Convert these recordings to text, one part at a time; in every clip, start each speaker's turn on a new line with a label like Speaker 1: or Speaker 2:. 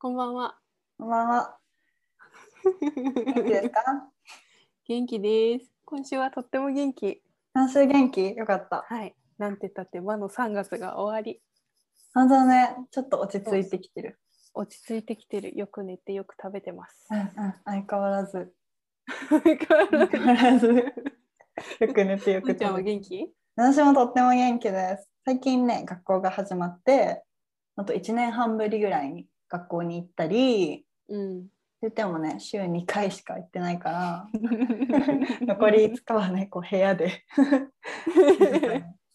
Speaker 1: こんばんは。
Speaker 2: こんばんは。元気 ですか
Speaker 1: 元気です。今週はとっても元気。
Speaker 2: 今週元気よかった。
Speaker 1: はい。なんて言ったって、和の3月が終わり。
Speaker 2: 本当ね、ちょっと落ち着いてきてる。
Speaker 1: 落ち着いてきてる。よく寝てよく食べてます
Speaker 2: うん。うん、相変わらず。
Speaker 1: 相変わら
Speaker 2: 相
Speaker 1: ず
Speaker 2: 変わらず。よく寝てよ
Speaker 1: う
Speaker 2: く
Speaker 1: んちゃんは
Speaker 2: 食べて。
Speaker 1: 元気
Speaker 2: 私もとっても元気です。最近ね、学校が始まって、あと1年半ぶりぐらいに学校に行ったり、
Speaker 1: うん。
Speaker 2: 言ってもね、週2回しか行ってないから、 残り5日はね、こう部屋 で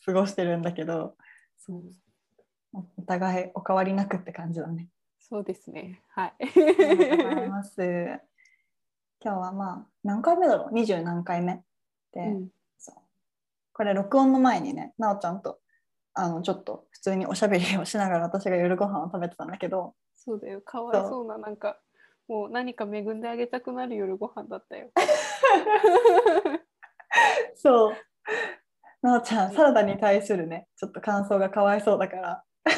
Speaker 2: 過ごしてるんだけど、そうお互いお変わりなくって感じだね。
Speaker 1: そうですね。はい。
Speaker 2: ありがとうございます。今日はまあ何回目だろう？二十何回目で、
Speaker 1: うん
Speaker 2: そうこれ録音の前にね、なおちゃんとあのちょっと普通におしゃべりをしながら私が夜ご飯を食べてたんだけど、
Speaker 1: そうだよ。かわいそうな、なんか、もう何か恵んであげたくなる夜ご飯だった よ。
Speaker 2: そう。なおちゃんサラダに対するね、ちょっと感想がかわいそうだから、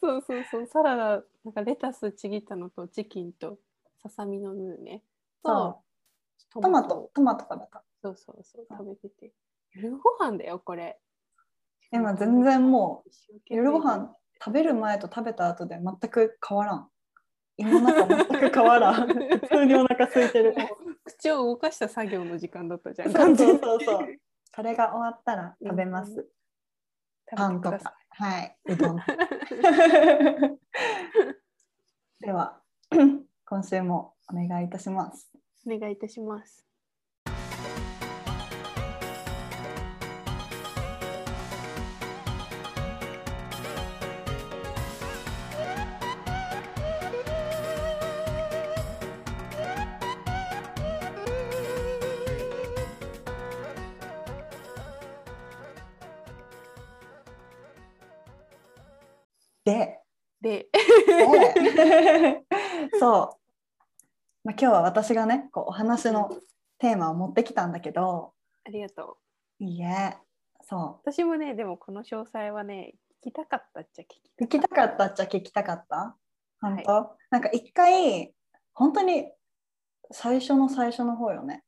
Speaker 1: そうそうそうサラダなんかレタスちぎったのとチキンとささみのヌーねと
Speaker 2: そうトマトトマト食べた。
Speaker 1: そうそうそう食べてて夜ご飯だよこれ
Speaker 2: 今全然も
Speaker 1: う
Speaker 2: 夜ご 飯食べる前と食べた後で全く変わらん。胃の中全く変わら ん。普通にお腹空いてる。
Speaker 1: 口を動かした作業の時間だったじゃん
Speaker 2: そ うそ
Speaker 1: 完
Speaker 2: うそう
Speaker 1: 全
Speaker 2: そう
Speaker 1: に。
Speaker 2: それが終わったら食べます。
Speaker 1: うん
Speaker 2: パン
Speaker 1: 食
Speaker 2: と
Speaker 1: べてくださ
Speaker 2: か。はい。うど んとか。では、 今週もお願いいたします。
Speaker 1: いお願いいたします
Speaker 2: で、
Speaker 1: で
Speaker 2: でそう。まあ、今日は私がね、こうお話のテーマを持ってきたんだけど、
Speaker 1: ありがとう
Speaker 2: いいえ、そ
Speaker 1: 私もねでもこの詳細はね聞きたかったっちゃ聞き
Speaker 2: う。聞きたかったっちゃ聞きたかった
Speaker 1: はい
Speaker 2: 本当、なんか一回、本当に最初の最初の方よね。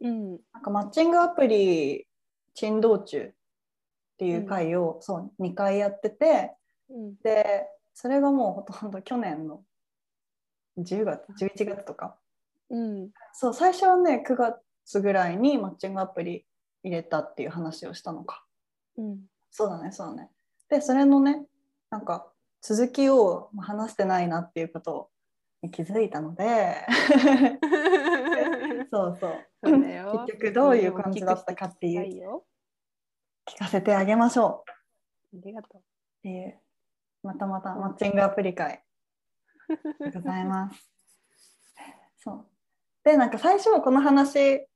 Speaker 1: うん
Speaker 2: なんかマッチングアプリ珍道中っていう回を、そう2回やってて
Speaker 1: うん
Speaker 2: でそれがもうほとんど去年の10月11月とか
Speaker 1: うん
Speaker 2: そう最初はね9月ぐらいにマッチングアプリ入れたっていう話をしたのか
Speaker 1: うん
Speaker 2: そうだねそうだねでそれのねなんか続きを話してないなっていうことに気づいたの でそうそう
Speaker 1: そうだよ
Speaker 2: 結局どういう感じだったかってい
Speaker 1: は
Speaker 2: う
Speaker 1: いよ。
Speaker 2: 聞かせてあげましょう
Speaker 1: ありがと
Speaker 2: っていうまたまたマッチングアプリ会でございます。そうでなんか最初はこの話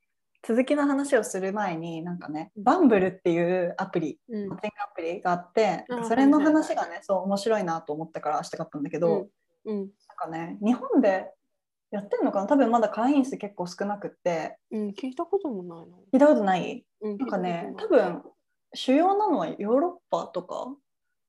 Speaker 2: 続きの話をする前になんかねバンブルって いうアプリ
Speaker 1: う。うん
Speaker 2: マッチングアプリがあって
Speaker 1: うん
Speaker 2: それの話がねそう面白いなと思ったからしたかったんだけど、
Speaker 1: うん
Speaker 2: なんかね日本でやってるのかな多分まだ会員数結構少なくって
Speaker 1: うん聞いたこともないの。
Speaker 2: 聞いたことない
Speaker 1: うん
Speaker 2: なんかね
Speaker 1: 聞
Speaker 2: 多
Speaker 1: いたことない
Speaker 2: 分主要なのはヨーロッパとか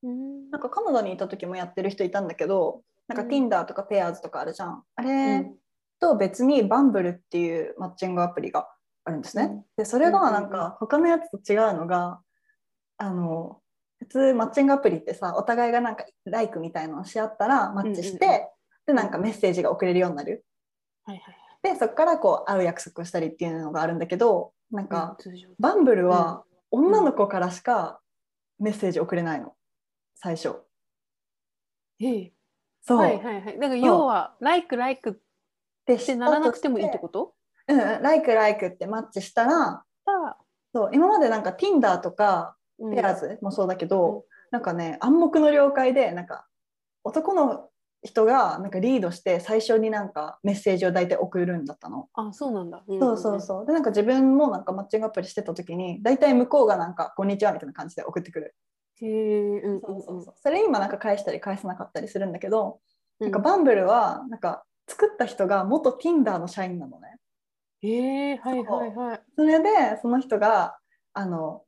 Speaker 1: うん
Speaker 2: なんかカナダにいた時もやってる人いたんだけどなんか
Speaker 1: うん
Speaker 2: Tinder とか Pairs とかあるじゃん、あ
Speaker 1: う
Speaker 2: れ
Speaker 1: ん
Speaker 2: と別に Bumble っていうマッチングアプリがあるんですね、
Speaker 1: うん
Speaker 2: でそれがな
Speaker 1: う
Speaker 2: ん
Speaker 1: んうんうん
Speaker 2: か他のやつと違うのがあの普通マッチングアプリってさお互いがなんかライクみたいなのをし合ったらマッチして、
Speaker 1: うんうん
Speaker 2: でなんかメッセージが送れるようになる
Speaker 1: はいはい。
Speaker 2: でそこからこう会う約束をしたりっていうのがあるんだけどなんか
Speaker 1: うん通常。
Speaker 2: バンブルは女の子からしかメッセージ送れないの最初
Speaker 1: ええ
Speaker 2: そう、
Speaker 1: はいはいはい。だから要はライクライクっ
Speaker 2: で
Speaker 1: てならなくてもいいって
Speaker 2: と
Speaker 1: こと？
Speaker 2: うんうん、ライクライクってマッチしたら
Speaker 1: た
Speaker 2: そう今までなんか Tinder とか
Speaker 1: うん
Speaker 2: Pairs もそうだけど、
Speaker 1: うん
Speaker 2: なんかね暗黙の了解でなんか男の人がなんかリードして最初になんかメッセージを大体送るんだったの。
Speaker 1: あそうなんだ。
Speaker 2: そうそうそうでなんか自分もなんかマッチングアプリしてた時に大体向こうがなんか「こんにちは」みたいな感じで送ってくる、
Speaker 1: うん。へえうん
Speaker 2: そうそううんそうそれ今なんか返したり返さなかったりするんだけど、
Speaker 1: うん。
Speaker 2: なんかバンブルはなんか作った人が元 Tinder の社員なのね。
Speaker 1: ええはいはいはい。
Speaker 2: それでその人があの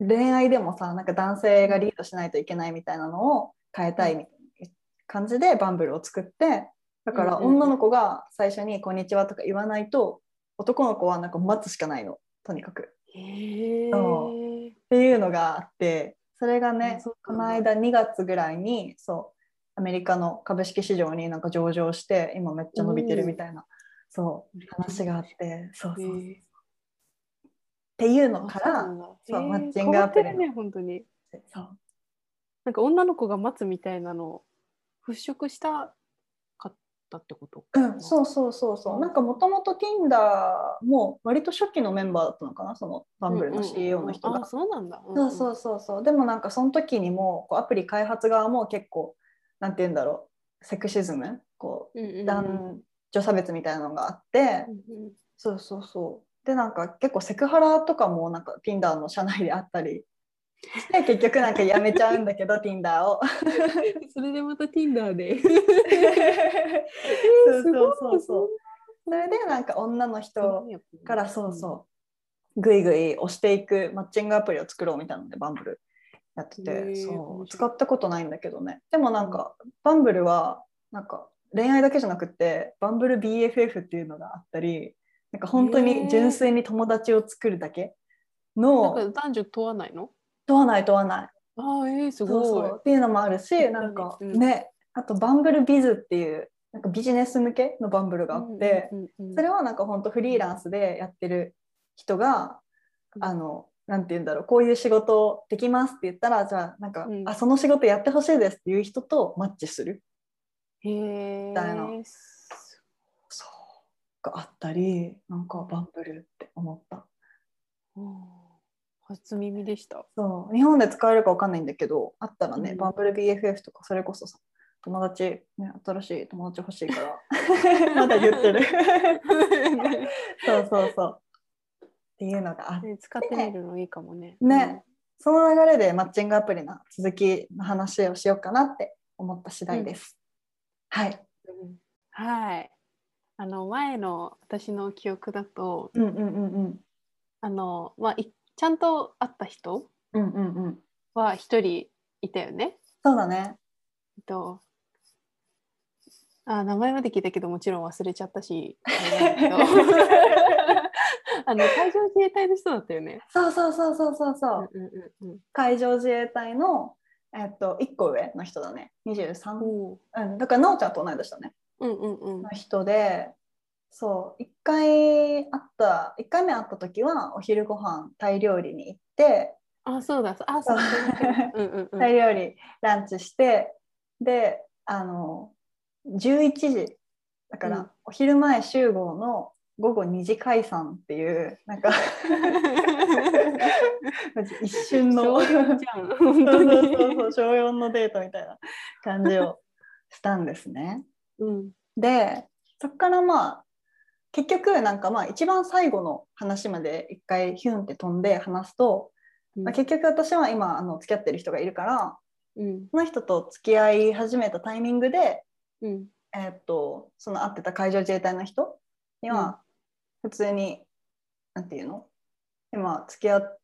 Speaker 2: 恋愛でもさなんか男性がリードしないといけないみたいなのを変えたいみ、感じでバンブルを作ってだから
Speaker 1: うんうんうん
Speaker 2: 女の子が最初に「こんにちは」とか言わないと男の子はなんか待つしかないのとにかく。
Speaker 1: へえ。
Speaker 2: そっていうのがあってそれが
Speaker 1: あ
Speaker 2: ね
Speaker 1: そう
Speaker 2: こ
Speaker 1: なんだ
Speaker 2: の間2月ぐらいにそうアメリカの株式市場になんか上場して今めっちゃ伸びてるみたいなそう話があってそうそうそう、っ
Speaker 1: へえ
Speaker 2: ていうのか
Speaker 1: あ
Speaker 2: ら
Speaker 1: そ
Speaker 2: そう
Speaker 1: うマ
Speaker 2: マッ
Speaker 1: ッチ
Speaker 2: チン
Speaker 1: ン
Speaker 2: グ
Speaker 1: グ
Speaker 2: ア
Speaker 1: アプ
Speaker 2: プリの
Speaker 1: リね本当に。
Speaker 2: そう
Speaker 1: なんか女の子が待つみたいなのを払拭したかったってことか
Speaker 2: う
Speaker 1: な。
Speaker 2: ん、そうそうそうそうなんかもともと Tinder も割と初期のメンバーだったのかなそのバンブルの CEO の人
Speaker 1: うんうん
Speaker 2: が
Speaker 1: あ、そうなんだ。ん
Speaker 2: そうそうそうそうでもなんかその時にもこうアプリ開発側も結構なんて言うんだろうセクシズムこ
Speaker 1: うん。うんう
Speaker 2: うん男女差別みたいなのがあって、
Speaker 1: うんうん
Speaker 2: そうそうそうでなんか結構セクハラとかもなんか Tinder の社内であったり して結局なんかやめちゃうんだけど Tinder を
Speaker 1: それでまた Tinder で。
Speaker 2: そうそうそうそう
Speaker 1: う。
Speaker 2: それでなんか女の人
Speaker 1: う
Speaker 2: からそうそうぐいぐい押していくマッチングアプリを作ろうみたいなのでバンブルやっ
Speaker 1: へ
Speaker 2: てて
Speaker 1: ー
Speaker 2: そ
Speaker 1: 面白
Speaker 2: う
Speaker 1: い
Speaker 2: 使ったことないんだけどねでもなんかバンブルはなんか恋愛だけじゃなくてバンブル BFF っていうのがあったりなんか本当に純粋に友達を作るだけ
Speaker 1: な
Speaker 2: の、
Speaker 1: んか男女問わないの？
Speaker 2: 問わない問わない
Speaker 1: ああ、えー、す
Speaker 2: そうそ
Speaker 1: ごい。
Speaker 2: うっていうのもあるしなんか
Speaker 1: うん
Speaker 2: ねあとバンブルビズっていうなんかビジネス向けのバンブルがあって、
Speaker 1: うんうんうんうん
Speaker 2: それはなんか本当フリーランスでやってる人が、
Speaker 1: うん
Speaker 2: あのなんて言うんだろうこういう仕事できますって言ったらじゃあなんか、
Speaker 1: うん
Speaker 2: あその仕事やってほしいですっていう人とマッチする
Speaker 1: へえ。
Speaker 2: たいなそうがあったりなんかバンブルって思った
Speaker 1: うん初耳でした。
Speaker 2: そう日本で使えるかわかんないんだけどあったらね、
Speaker 1: うん
Speaker 2: バンブル BFF とかそれこそさ友達、ね、新しい友達欲しいから まだ言っ てるそうそうそう っていうのがあって
Speaker 1: ね使ってみるのいいかもね。
Speaker 2: ねその流れでマッチングアプリの続きの話をしようかなって思った次第です。はい。
Speaker 1: うん。はい。あの前の私の記憶だと、
Speaker 2: うんうんうんうん。
Speaker 1: あのまあいちゃんと会った人
Speaker 2: うんうんうん。
Speaker 1: は一人いたよね。
Speaker 2: そうだね。
Speaker 1: えっと、あ名前まで聞いたけどもちろん忘れちゃったし あの海上自衛隊の人だったよね。
Speaker 2: そうそうそうそうそうそうう。
Speaker 1: んうんうん
Speaker 2: 海上自衛隊のえっと一個上の人だね。二十三。
Speaker 1: うん
Speaker 2: うん。だからなおちゃんと同い年だね。
Speaker 1: うんうんうん
Speaker 2: の人で。そう一回会った一回目会った時はお昼ご飯タイ料理に行って
Speaker 1: あそうだあそうだうんうんうん
Speaker 2: タイ料理ランチしてであの11時だか
Speaker 1: うん
Speaker 2: らお昼前集合の午後2時解散っていうなん かマジ一瞬の
Speaker 1: 小四じゃん本
Speaker 2: そ
Speaker 1: 当
Speaker 2: うそう
Speaker 1: に
Speaker 2: そうそう小4のデートみたいな感じをしたんですね。
Speaker 1: うん
Speaker 2: でそこからまあ結局なんかまあ一番最後の話まで一回ヒュンって飛んで話すと、
Speaker 1: うん
Speaker 2: まあ、結局私は今あの付き合ってる人がいるから
Speaker 1: うん
Speaker 2: その人と付き合い始めたタイミングで、
Speaker 1: うん
Speaker 2: えーっとその会ってた海上自衛隊の人には普通に、なんていうの今付き合っ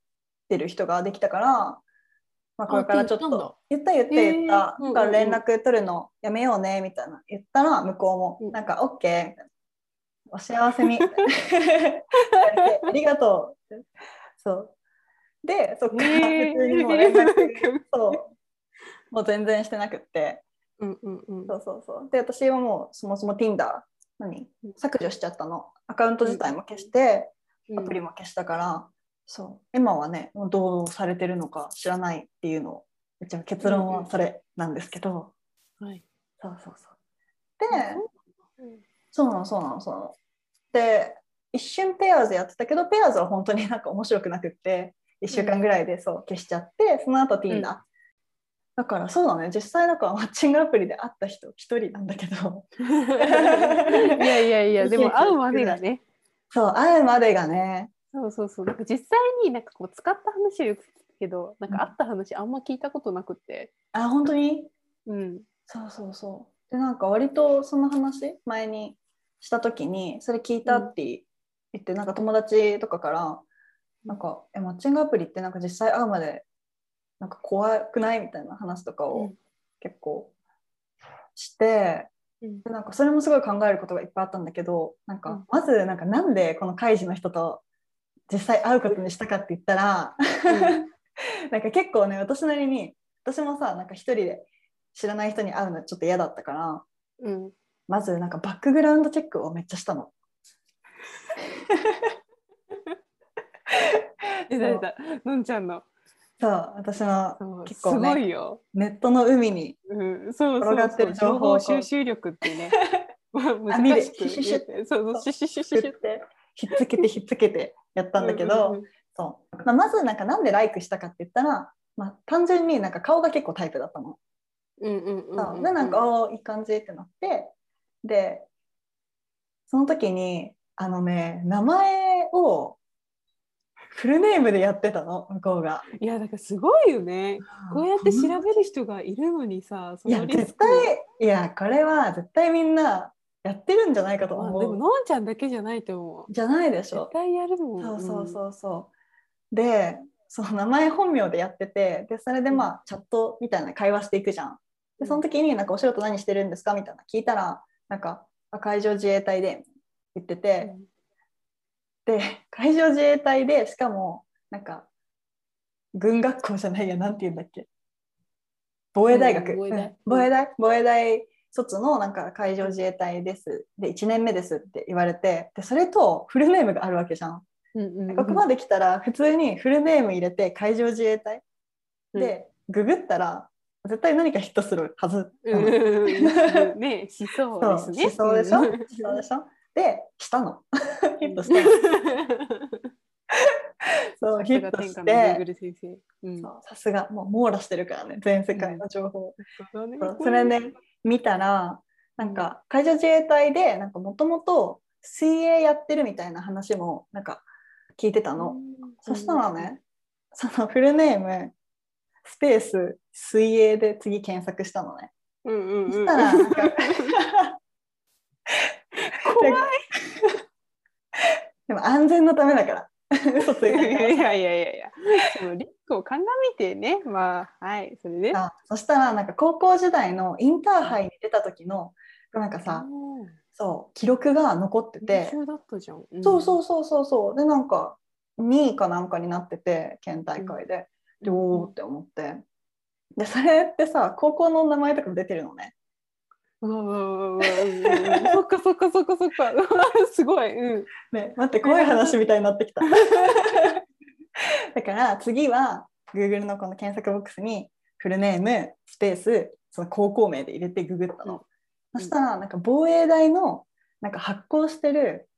Speaker 2: てる人ができたから、まあ、これからちょっと言った言った言っ
Speaker 1: へ
Speaker 2: た、
Speaker 1: ー
Speaker 2: だから
Speaker 1: うん
Speaker 2: 連
Speaker 1: うんうん
Speaker 2: 絡取るのやめようねみたいな言ったら向こ
Speaker 1: う
Speaker 2: うも
Speaker 1: ん
Speaker 2: なんか OK みたいな。お幸せに言われてありがとうってそうでそっから
Speaker 1: へー
Speaker 2: 普通にもう連 絡、そうもう全然してなくって
Speaker 1: うんうんうん
Speaker 2: そうそうそう。で、私はもうそもそも Tinder 何
Speaker 1: うん
Speaker 2: 削除しちゃったの。アカウント自体も消して、
Speaker 1: うん
Speaker 2: アプリも消したから、そう。今はね、もうどうされてるのか知らないっていうのを、うちの結論はそれなんですけど、
Speaker 1: はい
Speaker 2: そうそうそう。で、そうなの、そうなの、そうなの。で、一瞬ペアーズやってたけど、ペアーズは本当になんか面白くなくって、1週間ぐらいでそう消しちゃって、その後 Tinder。
Speaker 1: うん
Speaker 2: だからそうだね、実際だからマッチングアプリで会った人一人なんだけど、
Speaker 1: いやいやい やでも会うまでがね
Speaker 2: そう、会うまでがね、
Speaker 1: そうそうそう。なんか実際になんかこう使った話はよく聞くけど、なんか会った話あんま聞いたことなくて。
Speaker 2: あ、本当に
Speaker 1: うん。
Speaker 2: そうそうそう。で、なんか割とその話、前にした時に、それ聞いたって言って、なんか友達とかから、なんか、え、マッチングアプリってなんか実際会うまで、なんか怖くないみたいな話とか
Speaker 1: う
Speaker 2: を
Speaker 1: ん
Speaker 2: 結構して
Speaker 1: うん
Speaker 2: でなんかそれもすごい考えることがいっぱいあったんだけどなん
Speaker 1: う
Speaker 2: か
Speaker 1: ん
Speaker 2: まずなんかなんでこの開示の人と実際会うことにしたかって言ったら、 なんか結構ね私なりに私もさなんか一人で知らない人に会うのちょっと嫌だったから
Speaker 1: うん
Speaker 2: まずなんかバックグラウンドチェックをめっちゃしたの。
Speaker 1: 出た出たのんちゃんの
Speaker 2: そう私の
Speaker 1: そう
Speaker 2: 結構
Speaker 1: すご
Speaker 2: ね
Speaker 1: いよ、
Speaker 2: ネットの海に
Speaker 1: うん、そうそう
Speaker 2: 転がって
Speaker 1: そう
Speaker 2: る情
Speaker 1: 情
Speaker 2: 報を
Speaker 1: 報収集力ってね まあ
Speaker 2: 網
Speaker 1: 難
Speaker 2: で
Speaker 1: しく言
Speaker 2: シュシュシュ
Speaker 1: ってそうそうシュシュシュシ
Speaker 2: ひ
Speaker 1: ュ
Speaker 2: っ
Speaker 1: シュ
Speaker 2: つけてひっつけてやったんだけど、
Speaker 1: うんうんうん
Speaker 2: そうまあ、まずなんかなんでライクしたかって言ったら、まあ、単純になんか顔が結構タイプだったの。
Speaker 1: うんうんうん
Speaker 2: そううんでなんか、おーいい感じってなってでその時にあのね名前をフルネームでやってたの向こうが。
Speaker 1: いやだからすごいよねこうやって調べる人がいるのにさそ
Speaker 2: いや
Speaker 1: のリ
Speaker 2: 絶
Speaker 1: スクを
Speaker 2: 対いやこれは絶対みんなやってるんじゃないかと
Speaker 1: まあ
Speaker 2: 思
Speaker 1: でも
Speaker 2: う。
Speaker 1: のんちゃんだけじゃないと思う
Speaker 2: じゃないでし
Speaker 1: 絶
Speaker 2: ょ。
Speaker 1: 対やるもん
Speaker 2: そうそう
Speaker 1: う
Speaker 2: そうそう。でその名前本名でやっててでそれでまあチャットみたいな会話していくじゃん。でその時になんかお仕事何してるんですかみたいな聞いたらなんかあ海上自衛隊で言ってて。
Speaker 1: ん
Speaker 2: で海上自衛隊でしかもなんか軍学校じゃないやなんて言うんだっけ防衛大学、
Speaker 1: うん防衛大
Speaker 2: うん防衛大防衛大卒のなんか海上自衛隊ですで1年目ですって言われてでそれとフルネームがあるわけじゃん、
Speaker 1: うんうんうん
Speaker 2: ここまで来たら普通にフルネーム入れて海上自衛隊でググったら絶対何かヒットするはず、
Speaker 1: うんうんうんうんねしそうですね
Speaker 2: しそうでしょ
Speaker 1: う
Speaker 2: しそうでしょでしたのヒットしたの
Speaker 1: ん
Speaker 2: そうヒット
Speaker 1: 天
Speaker 2: し
Speaker 1: 下の
Speaker 2: て
Speaker 1: Google 先生うん
Speaker 2: そうさすがもう網羅してるからね全世界の情報、
Speaker 1: そうね
Speaker 2: そうそれね見たらなんか海上自衛隊でなんかもともと水泳やってるみたいな話もなんか聞いてたの、そしたらねそのフルネームスペース水泳で次検索したのね、
Speaker 1: うんうんうん
Speaker 2: そしたらなんか
Speaker 1: 怖い
Speaker 2: でも安全のためだから 嘘ついてるか
Speaker 1: いや
Speaker 2: ら
Speaker 1: いやいやいやそのリスクを鑑みてねまあはいそれで
Speaker 2: あそしたらなんか高校時代のインターハイに出た時のなんかさ
Speaker 1: うん
Speaker 2: そう記録が残って
Speaker 1: 優
Speaker 2: て、
Speaker 1: 秀だったじゃんん
Speaker 2: そうそうそうそうそうでなんか2位かなんかになってて県大会で、でおーって思ってでそれってさ高校の名前とかも出てるのね
Speaker 1: うわうわうわうわうんうん そっかそっかそっかそっか うわすごいうん
Speaker 2: ね待って怖い話みたいになって きただから次は Google のこの検索ボックスにフルネームスペースその高校名で入れてググったの、
Speaker 1: うん
Speaker 2: そしたらなんか防衛大のなんか発行してる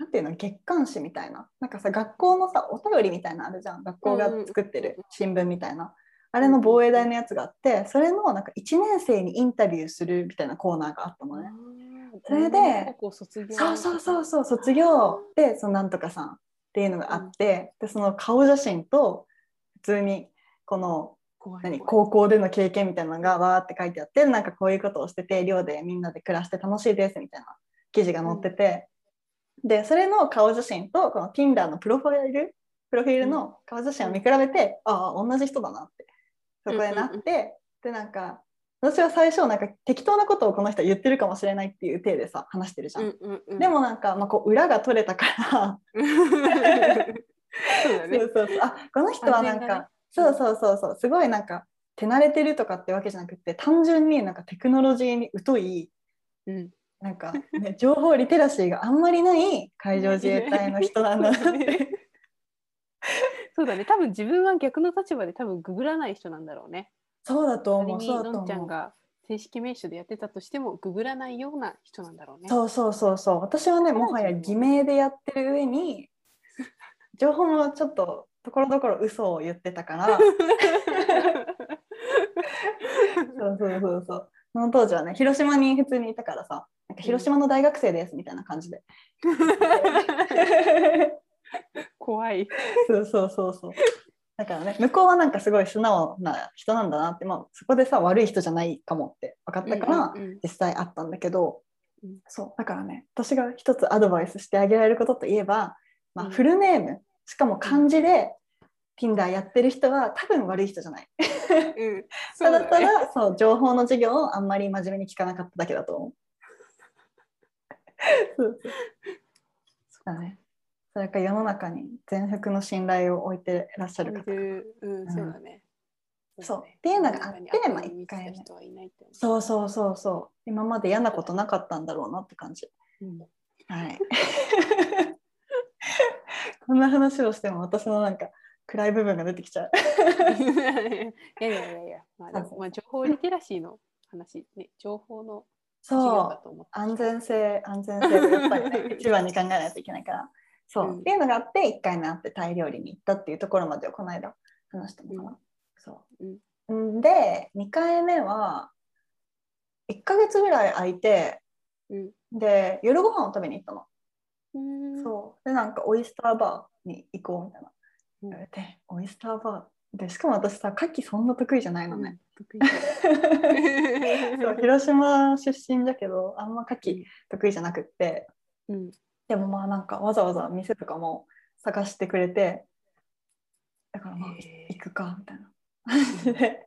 Speaker 2: なんていうの月刊誌みたいななんかさ学校のさお便りみたいなのあるじゃん学校が作ってる新聞みたいな、あれの防衛大のやつがあってそれのなんか1年生にインタビューするみたいなコーナーがあったのね、それで
Speaker 1: 高校卒業
Speaker 2: そうそうそうそう卒業でそのなんとかさんっていうのがあって、でその顔写真と普通にこの
Speaker 1: 怖い
Speaker 2: 何
Speaker 1: 怖い
Speaker 2: 高校での経験みたいなのがわーって書いてあってなんかこういうことをしてて寮でみんなで暮らして楽しいですみたいな記事が載ってて、でそれの顔写真とこの Tinder のプロファイルプロフィールの顔写真を見比べて、ああ同じ人だなってそこでなって、
Speaker 1: うん
Speaker 2: でなんか私は最初なんか適当なことをこの人は言ってるかもしれないっていう体でさ話してるじゃん
Speaker 1: う。んうんうん
Speaker 2: でもなんか、まあ、こう裏が取れたか ら、
Speaker 1: そうだね
Speaker 2: そうそうそうあこの人はなんか、
Speaker 1: 安全がね
Speaker 2: そうそうそうそうすごいなんか手慣れてるとかってわけじゃなくて単純になんかテクノロジーに疎い
Speaker 1: うん
Speaker 2: なんか、 ね、情報リテラシーがあんまりない海上自衛隊の人なんだなって
Speaker 1: そうだね多分自分は逆の立場で多分ググらない人なんだろうね
Speaker 2: そうだと思
Speaker 1: 仮に
Speaker 2: うそうだと
Speaker 1: のんちゃ
Speaker 2: 思
Speaker 1: ん
Speaker 2: う。
Speaker 1: が正式名称でやってたとしてもググらないような人なんだろうね
Speaker 2: そうそうそうそう私はねもはや偽名でやってる上に 情報もちょっとところどころ嘘を言ってたからそうそうそうそう。その当時はね、広島に普通にいたからさ、なんか広島の大学生ですみたいな感じで。
Speaker 1: 怖い
Speaker 2: そうそうそうそう。だからね、向こうはなんかすごい素直な人なんだなって、まあ、そこでさ、悪い人じゃないかもって分かったから、
Speaker 1: うんうんうん
Speaker 2: 実際あったんだけど、
Speaker 1: うん
Speaker 2: そう、だからね、私が一つアドバイスしてあげられることといえば、まあ、
Speaker 1: うん
Speaker 2: フルネーム、しかも漢字で Tinder やってる人は多分悪い人じゃない。
Speaker 1: うん。
Speaker 2: ただた
Speaker 1: そうね
Speaker 2: だそう情報の授業をあんまり真面目に聞かなかっただけだと思う。そうだね。それか世の中に全幅の信頼を置いてらっしゃる
Speaker 1: 見
Speaker 2: 方
Speaker 1: て。るうん、
Speaker 2: ん
Speaker 1: そうだね。
Speaker 2: そう
Speaker 1: だね
Speaker 2: っていうのがあって
Speaker 1: 世の中に
Speaker 2: まあ一回目
Speaker 1: 悪夢見てた人はいないって思
Speaker 2: そうそうそうそう。今まで嫌なことなかったんだろうなって感じ。
Speaker 1: ううん。
Speaker 2: はい。 こんな話をしても私のなんか暗い部分が出てきちゃう。
Speaker 1: いやいやいやいや、まあ、で
Speaker 2: そう
Speaker 1: もまあ情報リテラシーの話、ね、情報の授業だと
Speaker 2: そう。
Speaker 1: 思って。
Speaker 2: 安全性、安全性がやっぱりね、一番に考えないといけな いから。そう。
Speaker 1: うん
Speaker 2: っていうのがあって、一回目会ってタイ料理に行ったっていうところまでをこの間話したのか
Speaker 1: う
Speaker 2: な。そう。ん、で、2回目は、1ヶ月ぐらい空いて、
Speaker 1: うん
Speaker 2: で、夜ご飯を食べに行ったの。
Speaker 1: うん
Speaker 2: そうでなんかオイスターバーに行こうみたいな
Speaker 1: うん
Speaker 2: 言われてオイスターバーでしかも私さ牡蠣そんな得意じゃない のね、
Speaker 1: 得意そう
Speaker 2: そう広島出身だけどあんま牡蠣得意じゃなくって
Speaker 1: うん、
Speaker 2: でもまあなんかわざわざ店とかも探してくれてだからまあ
Speaker 1: へー
Speaker 2: 行くかみたいな感じで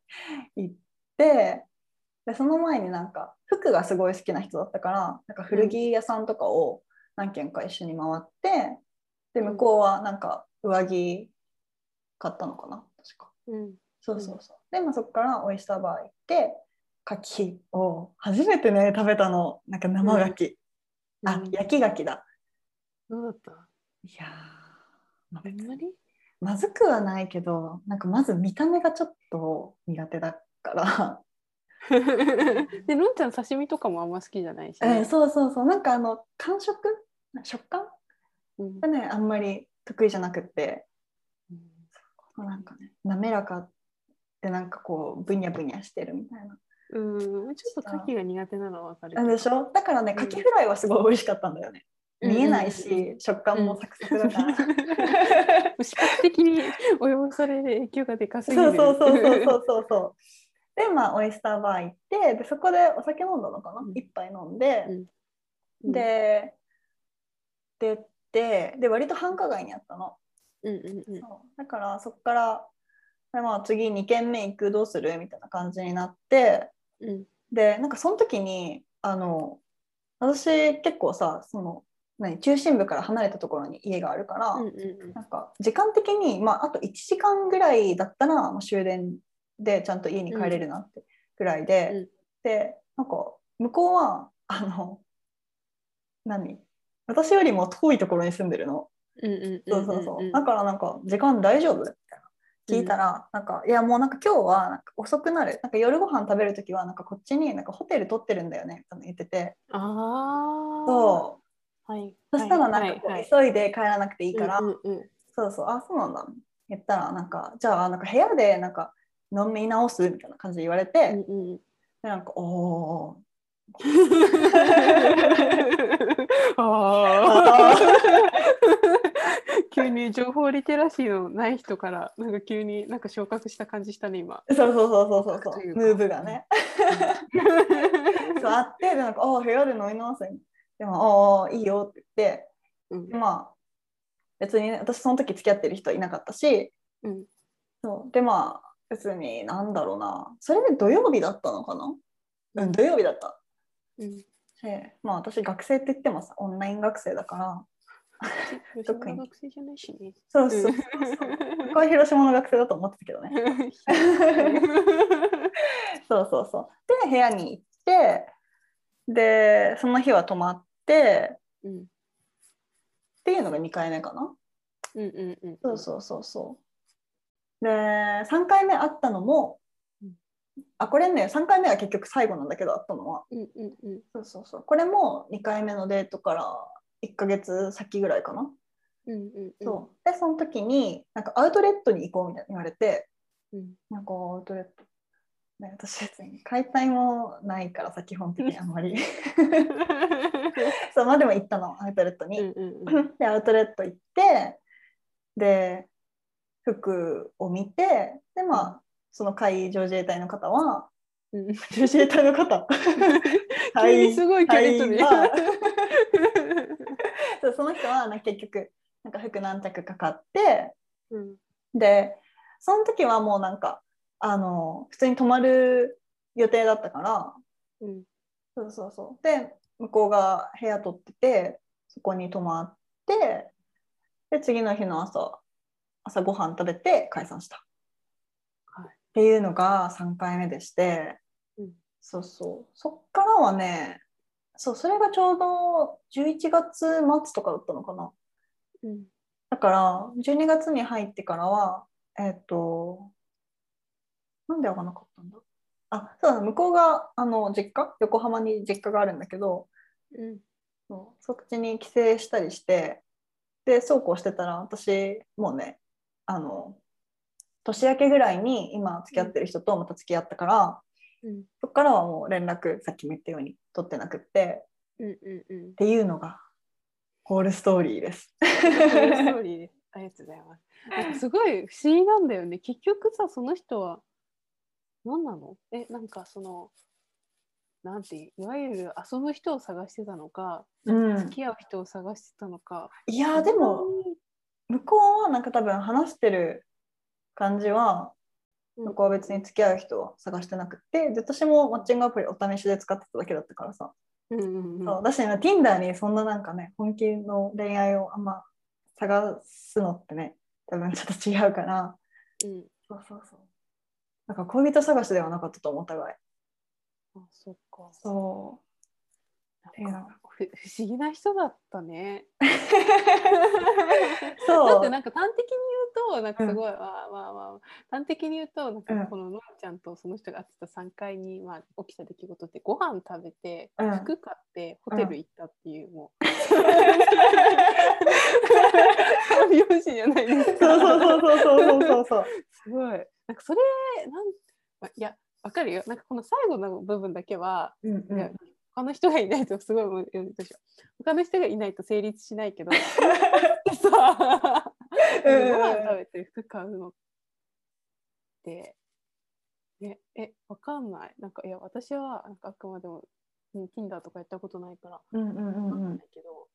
Speaker 2: 行ってでその前になんか服がすごい好きな人だったからなんか古着屋さんとかを何軒か一緒に回ってで向こうはなんか上着買ったのかな確か
Speaker 1: うん、
Speaker 2: そうそうそうで、まあ、そこからオイスターバー行って牡蠣を初めてね食べたのなんか生牡蠣、あ
Speaker 1: うん
Speaker 2: 焼き牡蠣だ
Speaker 1: どうだった
Speaker 2: いやーまあ
Speaker 1: あんま り
Speaker 2: まずくはないけどなんかまず見た目がちょっと苦手だ から、
Speaker 1: で、のんちゃん刺身とかもあんま好きじゃないし、
Speaker 2: えーそうそうそうなんかあの感触食感
Speaker 1: うん
Speaker 2: がねあんまり得意じゃなくって
Speaker 1: うん
Speaker 2: なんかね滑らかでなんかこうブニャブニャしてるみたいな
Speaker 1: うん、ちょっと牡蠣が苦手なのはわかるけ
Speaker 2: な
Speaker 1: ど。
Speaker 2: んでしょだからね
Speaker 1: うん
Speaker 2: カキフライはすごい美味しかったんだよね、見えないし、食感もサクサクだから、
Speaker 1: 視覚的に及ぼされる影響がでか すぎる。
Speaker 2: そうそうそうそうそうそうそう。でまあオイスターバー行ってでそこでお酒飲んだのかな、
Speaker 1: うん
Speaker 2: 一杯飲んで、
Speaker 1: うん
Speaker 2: で出てで割と繁華街にあったの、
Speaker 1: うんうんうん
Speaker 2: そうだからそこからで、まあ、次2軒目行くどうするみたいな感じになって
Speaker 1: うん
Speaker 2: でなんかその時にあの私結構さその何中心部から離れたところに家があるから、
Speaker 1: うんうん
Speaker 2: なんか時間的に、まあ、あと1時間ぐらいだったら、まあ、終電でちゃんと家に帰れるなってぐらいで、
Speaker 1: うん
Speaker 2: でなんか向こうはあの何私よりも遠いところに住んでるの、
Speaker 1: うんうんうん
Speaker 2: そうそうそう、
Speaker 1: うんうん
Speaker 2: だからなんか時間大丈夫みたいな聞いたら、なんかいやもうなんか今日はなんか遅くなるなんか夜ご飯食べる時はなんかこっちになんかホテル取ってるんだよねって言ってて
Speaker 1: ああ。う。はい。
Speaker 2: そしたらなんかこう、急いで帰らなくていいから、
Speaker 1: うんうんうん
Speaker 2: そうそう、あ、そうなんだ。言ったら、なんか、じゃあ、なんか部屋で、なんか、飲み直すみたいな感じで言われて、で
Speaker 1: うん うん。
Speaker 2: なんか、おー。
Speaker 1: ああ。急に情報リテラシーのない人からなんか急になんか昇格した感じしたね今。
Speaker 2: そうそうそうそうそう
Speaker 1: と
Speaker 2: そ、
Speaker 1: いううか
Speaker 2: ムーブがね。そうあって、で、なんか、おー部屋で飲み直す。でも、おーおーいいよって言って、
Speaker 1: うん
Speaker 2: でまあ、別に、ね、私、その時付き合ってる人いなかったし、
Speaker 1: うん
Speaker 2: そうで、まあ、別に、なんだろうな。それで土曜日だったのかなうん、土曜日だった。
Speaker 1: うん
Speaker 2: でまあ私学生って言ってもさオンライン学生だから
Speaker 1: 吉村学生じゃないしね。
Speaker 2: そうそうそうそうこれは広島の学生だと思ってたけ どねそうそうそうで部屋に行ってでその日は泊まって
Speaker 1: うん
Speaker 2: っていうのが2回目かな
Speaker 1: うんうんうん。
Speaker 2: そうそうそうそうで3回目会ったのも
Speaker 1: うん
Speaker 2: あこれね3回目は結局最後なんだけど会ったのは
Speaker 1: うんうんうん。
Speaker 2: そうそうそうこれも2回目のデートから1ヶ月先ぐらいかな
Speaker 1: うんうんうん。
Speaker 2: そうでその時になんかアウトレットに行こうみたいに言われて
Speaker 1: うん。
Speaker 2: なんかアウトレット、ね、私別に解体もないからさ基本的にあんまり そうまあでも行ったのアウトレット
Speaker 1: うん
Speaker 2: に、
Speaker 1: うんうん。
Speaker 2: でアウトレット行ってで服を見てでまあその海上自衛隊の方は
Speaker 1: うん
Speaker 2: 自衛隊 の方
Speaker 1: 急にすごい距離飛び。
Speaker 2: 隊員はそうその人はなんか結局なんか服何着か買って
Speaker 1: うん
Speaker 2: でその時はもうなんかあの普通に泊まる予定だったから
Speaker 1: うん。
Speaker 2: そうそうそうで向こうが部屋取っててそこに泊まってで次の日の朝朝ごはん食べて解散した、
Speaker 1: はい
Speaker 2: っていうのが3回目でして、
Speaker 1: うん
Speaker 2: そうそうそっからはねそうそれがちょうど11月末とかだったのかな
Speaker 1: うん。
Speaker 2: だから12月に入ってからはえっ、となんで会わなかったんだあそうだ向こうがあの実家横浜に実家があるんだけど
Speaker 1: うん。
Speaker 2: そうそっちに帰省したりしてでそうこうしてたら私もうねあの年明けぐらいに今付き合ってる人とまた付き合ったから、
Speaker 1: うん。
Speaker 2: そっからはもう連絡さっきも言ったように取ってなくって
Speaker 1: うん。うん。うん
Speaker 2: っ。ていうのがホールストーリーです。
Speaker 1: ストーリーです。ありがとうございます。なんかすごい不思議なんだよね。結局さ、その人は。何なの。え、なんか、その。なんていう、いわゆる遊ぶ人を探してたのか、
Speaker 2: うん
Speaker 1: 付、き合う人を探してたのか。
Speaker 2: いやーでも向こうはなんか多分話してる感じは
Speaker 1: うん、
Speaker 2: 向こうは別に付き合う人は探してなくてで私もマッチングアプリお試しで使ってただけだったからさ、
Speaker 1: うんうんうん
Speaker 2: そう私ね Tinder にそんななんかね本気の恋愛をあんま探すのってね多分ちょっと違うから
Speaker 1: うん。
Speaker 2: そうそうそうなんか恋人探しではなかったと思ったぐらい
Speaker 1: あ、そっか。
Speaker 2: そ
Speaker 1: なんかふ不思議な人だったね。
Speaker 2: う
Speaker 1: だ
Speaker 2: そ
Speaker 1: って
Speaker 2: う
Speaker 1: なんか端的に言うとなんかすごい、まあまあまあ端的に言うとなんか
Speaker 2: うん
Speaker 1: こののあちゃんとその人が会ってた3階に、まあ、起きた出来事ってご飯食べて、
Speaker 2: うん
Speaker 1: 服買ってホテル行ったっていう、も う 美容師じゃないですか
Speaker 2: そうそうそうそうそうそうそう
Speaker 1: すごいなんかそれなん、まあいやわかるよなんかこの最後の部分だけは
Speaker 2: うん
Speaker 1: いや他の人がいないとすごいもうどうしよう他の人がいないと成立しない けどさ
Speaker 2: うん
Speaker 1: ご飯食べて服買うのって、ね、え、わかんない。なんか、いや、私は、なんかあくまでも、うん、Tinder とかやったことないから、
Speaker 2: うんうんう
Speaker 1: わか
Speaker 2: んうん
Speaker 1: んないけど、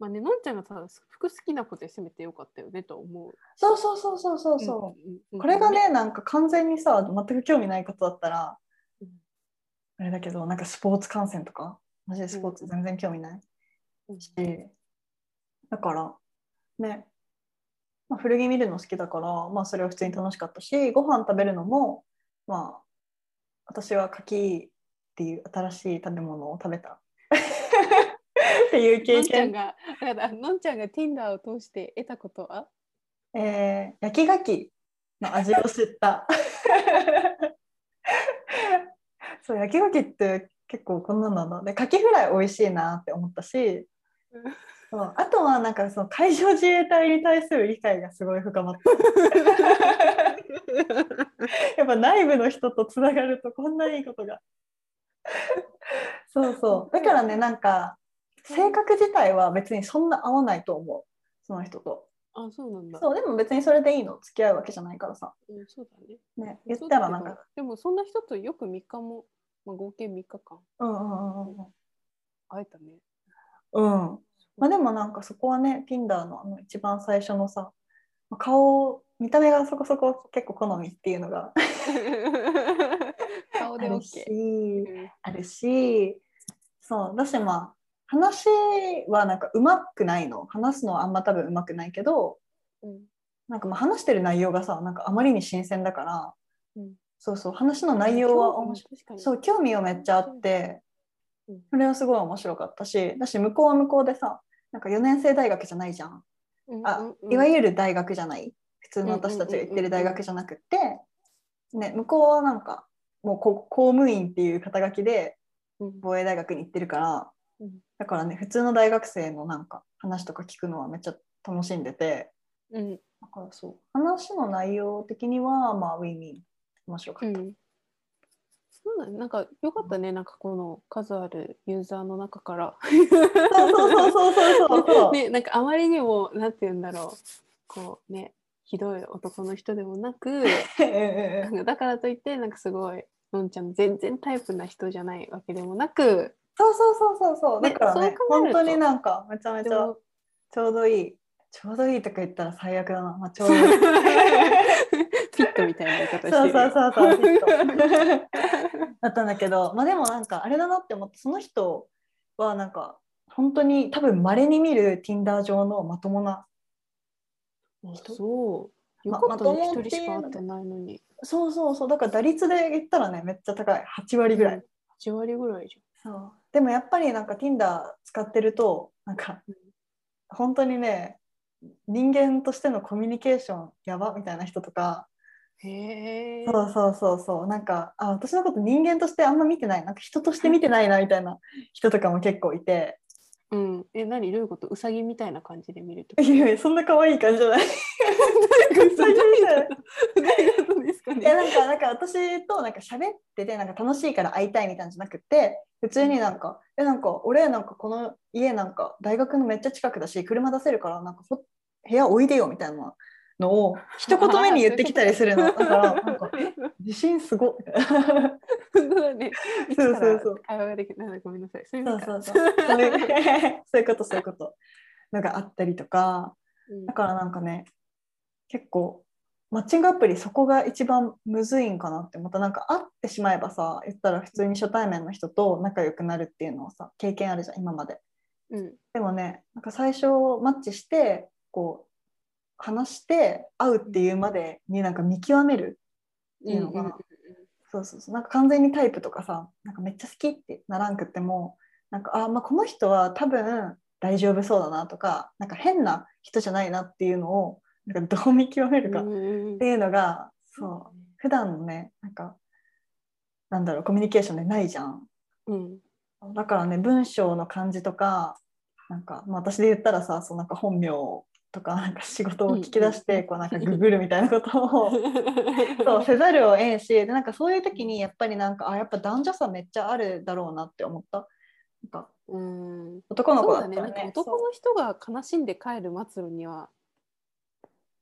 Speaker 1: まあね、のんちゃんがさ、服好きなことで攻めてよかったよねと思う。
Speaker 2: そうそうそうそうそうそう、
Speaker 1: んんうん
Speaker 2: これが、ねなんか完全にさ全く興味ないことだったら、
Speaker 1: うん
Speaker 2: あれだけどなんかスポーツ観戦とかマジでスポーツ全然興味ない
Speaker 1: うん
Speaker 2: し、だからね、まあ、古着見るの好きだから、まあ、それは普通に楽しかったしご飯食べるのもまあ私は柿っていう新しい食べ物を食べた っていう
Speaker 1: の
Speaker 2: 経
Speaker 1: んちゃん
Speaker 2: 験、
Speaker 1: が、だからのんちゃんが Tinder を通して得たこと は
Speaker 2: えー焼き柿の味を知った。 そう焼き牡蠣って結構こんなんなんだで牡蠣フライ美味しいなって思ったし
Speaker 1: うん
Speaker 2: そうあとはなんかその海上自衛隊に対する理解がすごい深まった やっぱ内部の人とつながるとこんないいことがそうそうだからねなんか性格自体は別にそんな合わないと思うその人と
Speaker 1: あ、そうなんだ。
Speaker 2: そうでも別にそれでいいの付き合うわけじゃないからさ、
Speaker 1: うんそうだね。
Speaker 2: ね、言ったらなん
Speaker 1: そうだ
Speaker 2: か
Speaker 1: けどでもそんな人とよく3日も、まあ、合計3日間
Speaker 2: うんうんうんうん
Speaker 1: 会え たね。
Speaker 2: うんまあ、でもなんかそこはね Tinder のあの一番最初のさまあ顔見た目がそこそこ結構好みっていうのがあ
Speaker 1: 顔で
Speaker 2: る
Speaker 1: OK
Speaker 2: し。あるしそうだしまあ話はなんかうまくないの話すのはあんま多分うまくないけど
Speaker 1: うん
Speaker 2: なんかまあ話してる内容がさなんかあまりに新鮮だから、
Speaker 1: うん
Speaker 2: そうそう話の内容は面白い
Speaker 1: 確かに
Speaker 2: そう興味をめっちゃあって
Speaker 1: うん
Speaker 2: それはすごい面白かったしだし向こうは向こうでさなんか4年生大学じゃないじゃん
Speaker 1: うん
Speaker 2: あ
Speaker 1: うんうん
Speaker 2: いわゆる大学じゃない普通の私たちが行ってる大学じゃなくって、ね、向こうはなんかもうこ公務員っていう肩書きで
Speaker 1: うん
Speaker 2: 防衛大学に行ってるから、
Speaker 1: うん
Speaker 2: だからね普通の大学生のなんか話とか聞くのはめっちゃ楽しんでて
Speaker 1: うん
Speaker 2: だからそう話の内容的にはまあウィンウィン面白か
Speaker 1: う
Speaker 2: っ
Speaker 1: ん
Speaker 2: た。
Speaker 1: そうだねなんかよかったねなんかこの数あるユーザーの中から
Speaker 2: そうそうそうそうそうそ う
Speaker 1: ねなんかあまりにもなんて言うんだろうこうねひどい男の人でもなく
Speaker 2: うんうんうん
Speaker 1: だからといってなんかすごいのんちゃん全然タイプな人じゃないわけでもなく
Speaker 2: そうそうそうそうそうだからね
Speaker 1: ねそう考え
Speaker 2: 本
Speaker 1: ると
Speaker 2: 当になんかめちゃめ
Speaker 1: で
Speaker 2: ちゃ
Speaker 1: も
Speaker 2: ちょうどいいちょうどいいとか言ったら最悪だな、まあ、ちょうどいい
Speaker 1: フィットみたいな言い方してるよ。
Speaker 2: そうそうそうそうフィット
Speaker 1: う
Speaker 2: だったんだけどまあでもなんかあれだなって思ってその人はなんか本当に多分まれに見る Tinder 上のまともな人
Speaker 1: そう。よ
Speaker 2: ま
Speaker 1: かったね
Speaker 2: まとも
Speaker 1: 一
Speaker 2: って
Speaker 1: 人
Speaker 2: いう
Speaker 1: しか
Speaker 2: の
Speaker 1: 会ってないのに。
Speaker 2: そうそうそうだから打率で言ったらねめっちゃ高い8割ぐらい、
Speaker 1: うん。8割ぐらいじ
Speaker 2: そうでもやっぱりなんか Tinder 使ってるとなんか
Speaker 1: うん
Speaker 2: 本当にね人間としてのコミュニケーションやばみたいな人とか
Speaker 1: ゃん。へえ。
Speaker 2: そうそうそうそうなんかあ私のこと人間としてあんま見てないなんか人として見てないなみたいな人とかも結構いて
Speaker 1: うん。え、何どういうことうさぎみたいな感じで見るって こと
Speaker 2: いやいやそんな可愛い感じじゃないう さぎみたいな
Speaker 1: どういうことですか
Speaker 2: いや
Speaker 1: ね。
Speaker 2: なんかなんか私となんか喋っててなんか楽しいから会いたいみたいなんじゃなくて普通になんか「えなんか俺なんかこの家なんか大学のめっちゃ近くだし車出せるからなんかほ部屋おいでよ」みたいなのを一言目に言ってきたり するのだからなんか「自信すごい」
Speaker 1: 本当だね。一
Speaker 2: そう
Speaker 1: か
Speaker 2: そうそう
Speaker 1: ら会話ができない。ごめんなさい。そういう
Speaker 2: そ
Speaker 1: の
Speaker 2: う
Speaker 1: か
Speaker 2: そうそうそういうそういうことそういうことのがあったりとか
Speaker 1: うん
Speaker 2: だからなんかね結構マッチングアプリそこが一番むずいんかなって思ったなんか会ってしまえばさ言ったら普通に初対面の人と仲良くなるっていうのはさ経験あるじゃん今まで
Speaker 1: うん。
Speaker 2: でもねなんか最初マッチしてこう話して会うっていうまでになんか見極めるっていうのかな、
Speaker 1: うんうん
Speaker 2: そうそうそうなんか完全にタイプとかさなんかめっちゃ好きってならんくってもなんかあーまあこの人は多分大丈夫そうだなとかなんか変な人じゃないなっていうのをなんかどう見極めるかっ
Speaker 1: うんうんうん
Speaker 2: ていうのが、そう普段のねなんかなんだろうコミュニケーションでないじゃん
Speaker 1: うん。
Speaker 2: だからね文章の感じとかなんか、まあ、私で言ったらさそうなんか本名とかなんか仕事を聞き出して、こうなんかググるみたいなことを そうせざるを得んしでなんかそういう時にやっぱりなんかあやっぱ男女差めっちゃあるだろうなって思ったなんか
Speaker 1: うん。
Speaker 2: 男の
Speaker 1: そ
Speaker 2: 子
Speaker 1: う
Speaker 2: だ
Speaker 1: だ
Speaker 2: っ
Speaker 1: ね。
Speaker 2: た
Speaker 1: な
Speaker 2: ら
Speaker 1: んか
Speaker 2: ね
Speaker 1: 男の人が悲しんで帰る末路には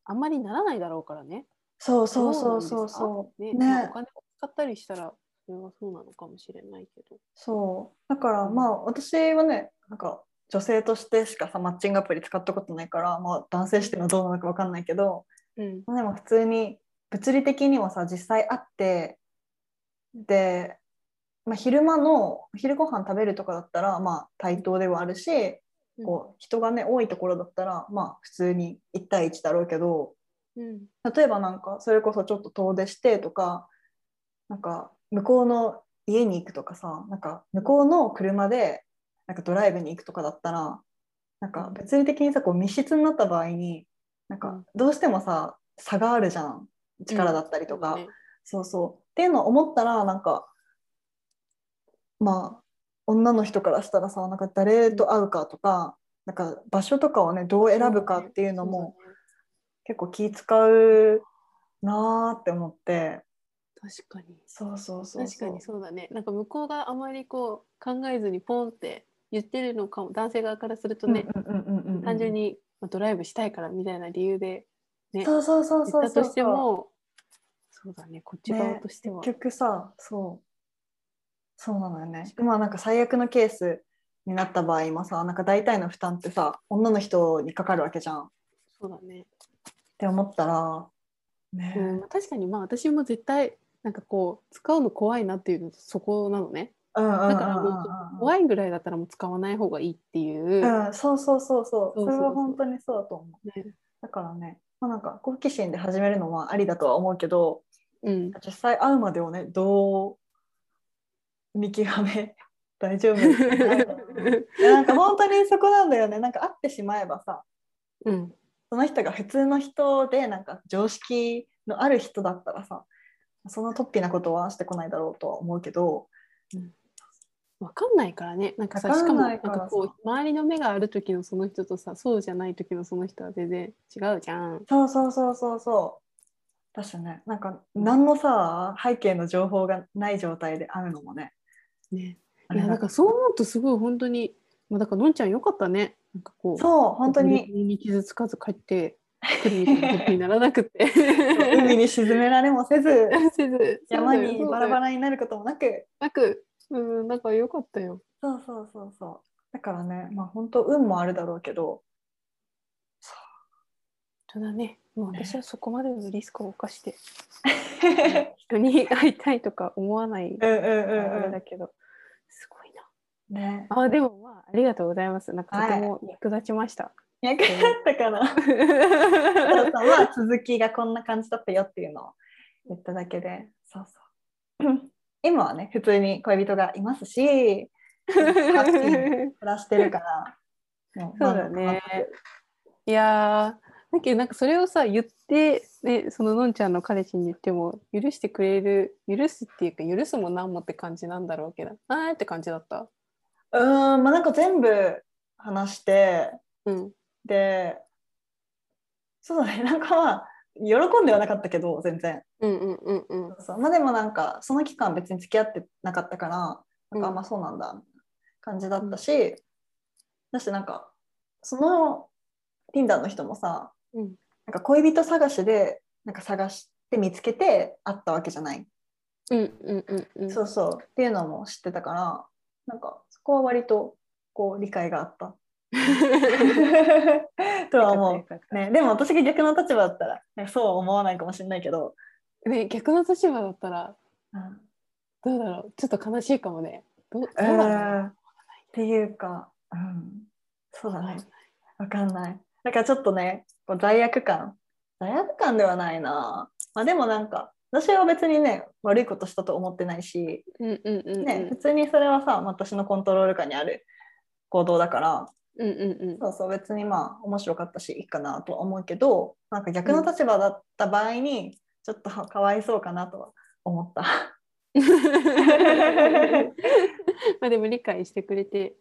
Speaker 1: あんまりならないだろうからね。
Speaker 2: そうそうそうそうそう
Speaker 1: ね
Speaker 2: ね
Speaker 1: なんかお金を使ったりしたらそれはそうなのかもしれないけど。
Speaker 2: そうだからまあ私はねなんか女性としてしかさマッチングアプリ使ったことないから、まあ、男性してのどうなのか分かんないけど
Speaker 1: うん。
Speaker 2: でも普通に物理的にもさ実際会ってで、まあ、昼間の昼ご飯食べるとかだったらまあ対等ではあるしこう人がね多いところだったらまあ普通に1対1だろうけど
Speaker 1: うん。
Speaker 2: 例えばなんかそれこそちょっと遠出してとかなんか向こうの家に行くとかさなんか向こうの車でなんかドライブに行くとかだったらなんか物理的にさこう密室になった場合になん
Speaker 1: う
Speaker 2: か
Speaker 1: ん
Speaker 2: どうしてもさ差があるじゃん力だったりと
Speaker 1: そ
Speaker 2: か、
Speaker 1: うだね
Speaker 2: そうそう。っていうのを思ったらなんかまあ女の人からしたらさなんか誰と会うかとか、なんか場所とかをねどう選ぶかっていうのも結構気使うなーって思って
Speaker 1: そうだね。確かに。
Speaker 2: そうそうそう
Speaker 1: 確かにそうだね。なんか向こうがあまりこう考えずにポンって言ってるのかも男性側からすると
Speaker 2: うんう
Speaker 1: ね、
Speaker 2: んうんうんうん
Speaker 1: 単純にまあドライブしたいからみたいな理由でね
Speaker 2: そうそうそう
Speaker 1: 言
Speaker 2: そ
Speaker 1: っ
Speaker 2: う
Speaker 1: た
Speaker 2: そう
Speaker 1: としてもそうだねこっち側
Speaker 2: ね
Speaker 1: としては、
Speaker 2: 結局さそうそうなのよねまあなんか最悪のケースになった場合もさなんか大体の負担ってさ女の人にかかるわけじゃんっ
Speaker 1: そうだね、
Speaker 2: て思ったらね、
Speaker 1: うん、確かにまあ私も絶対なんかこう使うの怖いなっていうのそこなのね
Speaker 2: うんうんうんうんうん
Speaker 1: だからもう怖いぐらいだったらもう使わない方がいいっていう、
Speaker 2: うん、そうそうそうそう
Speaker 1: そうそうそう
Speaker 2: それは本当にそうだと思う
Speaker 1: ね
Speaker 2: だからね、まあ、なんか好奇心で始めるのはありだとは思うけど
Speaker 1: うん、
Speaker 2: 実際会うまでをねどう見極め 大 丈夫いやなんか本当にそこなんだよねなんか会ってしまえばさ
Speaker 1: うん、
Speaker 2: その人が普通の人でなんか常識のある人だったらさその突飛なことはしてこないだろうとは思うけど
Speaker 1: わかんないからねなんかさ
Speaker 2: わか
Speaker 1: しか
Speaker 2: ん
Speaker 1: も
Speaker 2: な
Speaker 1: ないん
Speaker 2: からさ
Speaker 1: かこう周りの目がある時のその人とさそうじゃない時のその人は全然違うじゃん。
Speaker 2: そうそうそうそうそう確かねなんか何のさ背景の情報がない状態で会うのもね
Speaker 1: ね、
Speaker 2: あ
Speaker 1: い
Speaker 2: れ
Speaker 1: や
Speaker 2: だ
Speaker 1: だからそう思うとすごい本当に、まあ、だからのんちゃんよかったねなんかこう
Speaker 2: そう本 当に
Speaker 1: 海に傷つかず帰ってくるみたいなことにならなくて
Speaker 2: 海に沈められもせず
Speaker 1: せず
Speaker 2: 山にバラバ
Speaker 1: ラ
Speaker 2: ラになることもなく
Speaker 1: なくうんなんかよかったよ
Speaker 2: そうそうそうそう だからねまあ本当運もあるだろうけど
Speaker 1: そうだね。もう私はそこまでのリスクを冒して 人に会いたいとか思わない
Speaker 2: うんうん
Speaker 1: からあ
Speaker 2: う
Speaker 1: れ
Speaker 2: ん
Speaker 1: だ
Speaker 2: う
Speaker 1: けど、すごいな。
Speaker 2: ん。ね。
Speaker 1: あでもまあありがとうございます。なんかとても
Speaker 2: はい
Speaker 1: 役立ちました。
Speaker 2: 役立ったかな。太郎さんは続きがこんな感じだったよっていうのを言っただけでそうそう 今はね普通に恋人がいます しハッピーに暮らしてるからも
Speaker 1: そうだね。いやーだけどなんかそれをさ言って、ね、そののんちゃんの彼氏に言っても許してくれる許すっていうか許すも何もって感じなんだろうけどあーって感じだった。
Speaker 2: うーんまあなんか全部話して
Speaker 1: うん、
Speaker 2: でそうだねなんかまあ喜んではなかったけど全然
Speaker 1: うんうんうんうん
Speaker 2: そうそうまあでもなんかその期間別に付き合ってなかったからなんかあんまそうなんだみたいな感じだったし、だしなんかその Tinder の人もさ
Speaker 1: うん
Speaker 2: なんか恋人探しでなんか探して見つけて会ったわけじゃない、
Speaker 1: うんうんうんうん
Speaker 2: そうそうっていうのも知ってたからなんかそこは割とこう理解があった とは思
Speaker 1: よかったよかっ
Speaker 2: う、ね、でも私が逆の立場だったら、ね、そうは思わないかもしれないけど、
Speaker 1: た ね逆の立場だったら
Speaker 2: うん
Speaker 1: どうだろうちょっと悲しいかもね。どうどう
Speaker 2: え
Speaker 1: だろう
Speaker 2: ーっていうか、うん、そうだねわかんないだからちょっとねこう罪悪感罪悪感ではないな、まあ、でもなんか私は別にね悪いことしたと思ってないし、
Speaker 1: うんうんうんうん
Speaker 2: ね普通にそれはさ私のコントロール下にある行動だから
Speaker 1: うんうんうん
Speaker 2: そうそう別にまあ面白かったしいいかなとは思うけどなんか逆の立場だった場合にちょっとはかわいそうかなとは思った。
Speaker 1: まあでも理解してくれて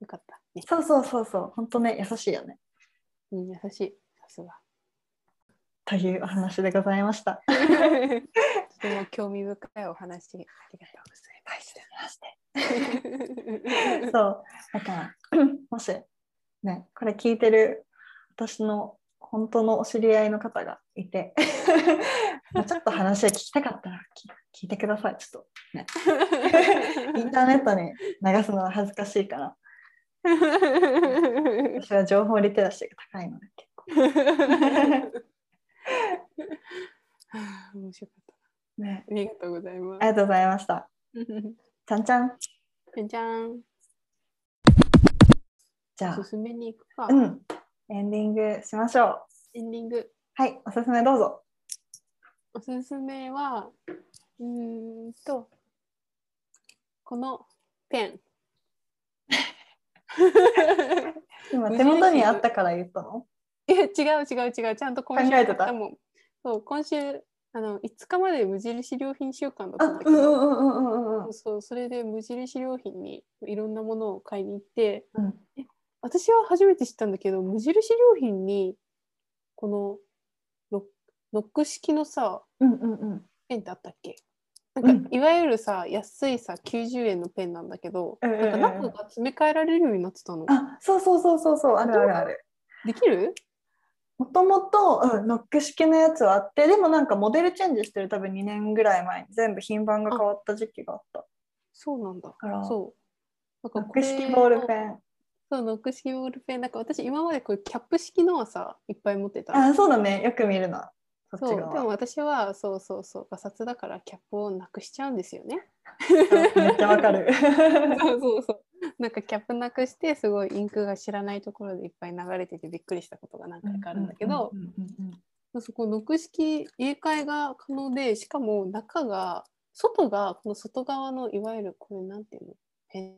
Speaker 1: よかったね。
Speaker 2: そうそうそうそう本当ね優しいよね。
Speaker 1: うん、優しい。さす が。
Speaker 2: というお話でございました。
Speaker 1: とても興味深いお話ありがとうござい
Speaker 2: 大事でまして。
Speaker 1: ます。
Speaker 2: そう、だから、 もし、ね、これ聞いてる私の本当のお知り合いの方がいて、 もうちょっと話を聞きたかったら聞聞いてください。ちょっと、インターネットに流すのは恥ずかし いから、私は情報リテラシーが高いので、結構。
Speaker 1: はあ 面白かった。
Speaker 2: ね、
Speaker 1: ありがとうございま
Speaker 2: あ りがとうございました。
Speaker 1: す。
Speaker 2: ちゃんちゃん。
Speaker 1: じゃんじゃん。
Speaker 2: じゃ
Speaker 1: お
Speaker 2: あ
Speaker 1: す、すめに行くか。
Speaker 2: うん、エンディングしましょう。
Speaker 1: エンディング。
Speaker 2: はい、おすすめどうぞ。
Speaker 1: おすすめは、うーんと、このペン。
Speaker 2: 今、手元にあったから言ったの
Speaker 1: いや違う違う違うちゃんと今週
Speaker 2: 考えてた
Speaker 1: 買もんそう今週あの5日まで無印良品週間だった
Speaker 2: あ、うんん
Speaker 1: だけ
Speaker 2: うん
Speaker 1: ど、
Speaker 2: うんうんうんう
Speaker 1: そう
Speaker 2: ん
Speaker 1: そうそれで無印良品にいろんなものを買いに行って
Speaker 2: うん。
Speaker 1: 私は初めて知ったんだけど無印良品にこのロノック式のさ
Speaker 2: うんうんうん
Speaker 1: ペンってあったっけなんか、
Speaker 2: う
Speaker 1: いわゆるさ安いさ90円のペンなんだけど、
Speaker 2: うんうんうんうん
Speaker 1: なんか中が詰め替えられるようになってたの
Speaker 2: あ、そうそうそうそうそう、あるあるある。
Speaker 1: できる
Speaker 2: もともと、うん、ノック式のやつはあって、でもなんかモデルチェンジしてる多分2年ぐらい前に全部品番が変わった時期があった。
Speaker 1: そうなんだ
Speaker 2: から
Speaker 1: そうな
Speaker 2: ノ
Speaker 1: んか
Speaker 2: ッ
Speaker 1: こ
Speaker 2: ク
Speaker 1: れ
Speaker 2: 式ボールペン。
Speaker 1: そう、ノック式ボールペン。なんか私、今までこうキャップ式のはさ、いっぱい持ってた。
Speaker 2: あ、そうだね、よく見るな。そっ
Speaker 1: そ
Speaker 2: ち
Speaker 1: う、でも
Speaker 2: 側。
Speaker 1: 私は、そうそうそう、ガサツだからキャップをなくしちゃうんですよね。
Speaker 2: めっちゃわ かる。
Speaker 1: そうそうそう。なんかキャップなくして、すごいインクが知らないところでいっぱい流れててびっくりしたことが何回かあるんだけど
Speaker 2: う、んうんうんうん
Speaker 1: そこ、ノック式入れ替えが可能で、しかも中が、外が、この外側の、いわゆるこれなんていうのペン、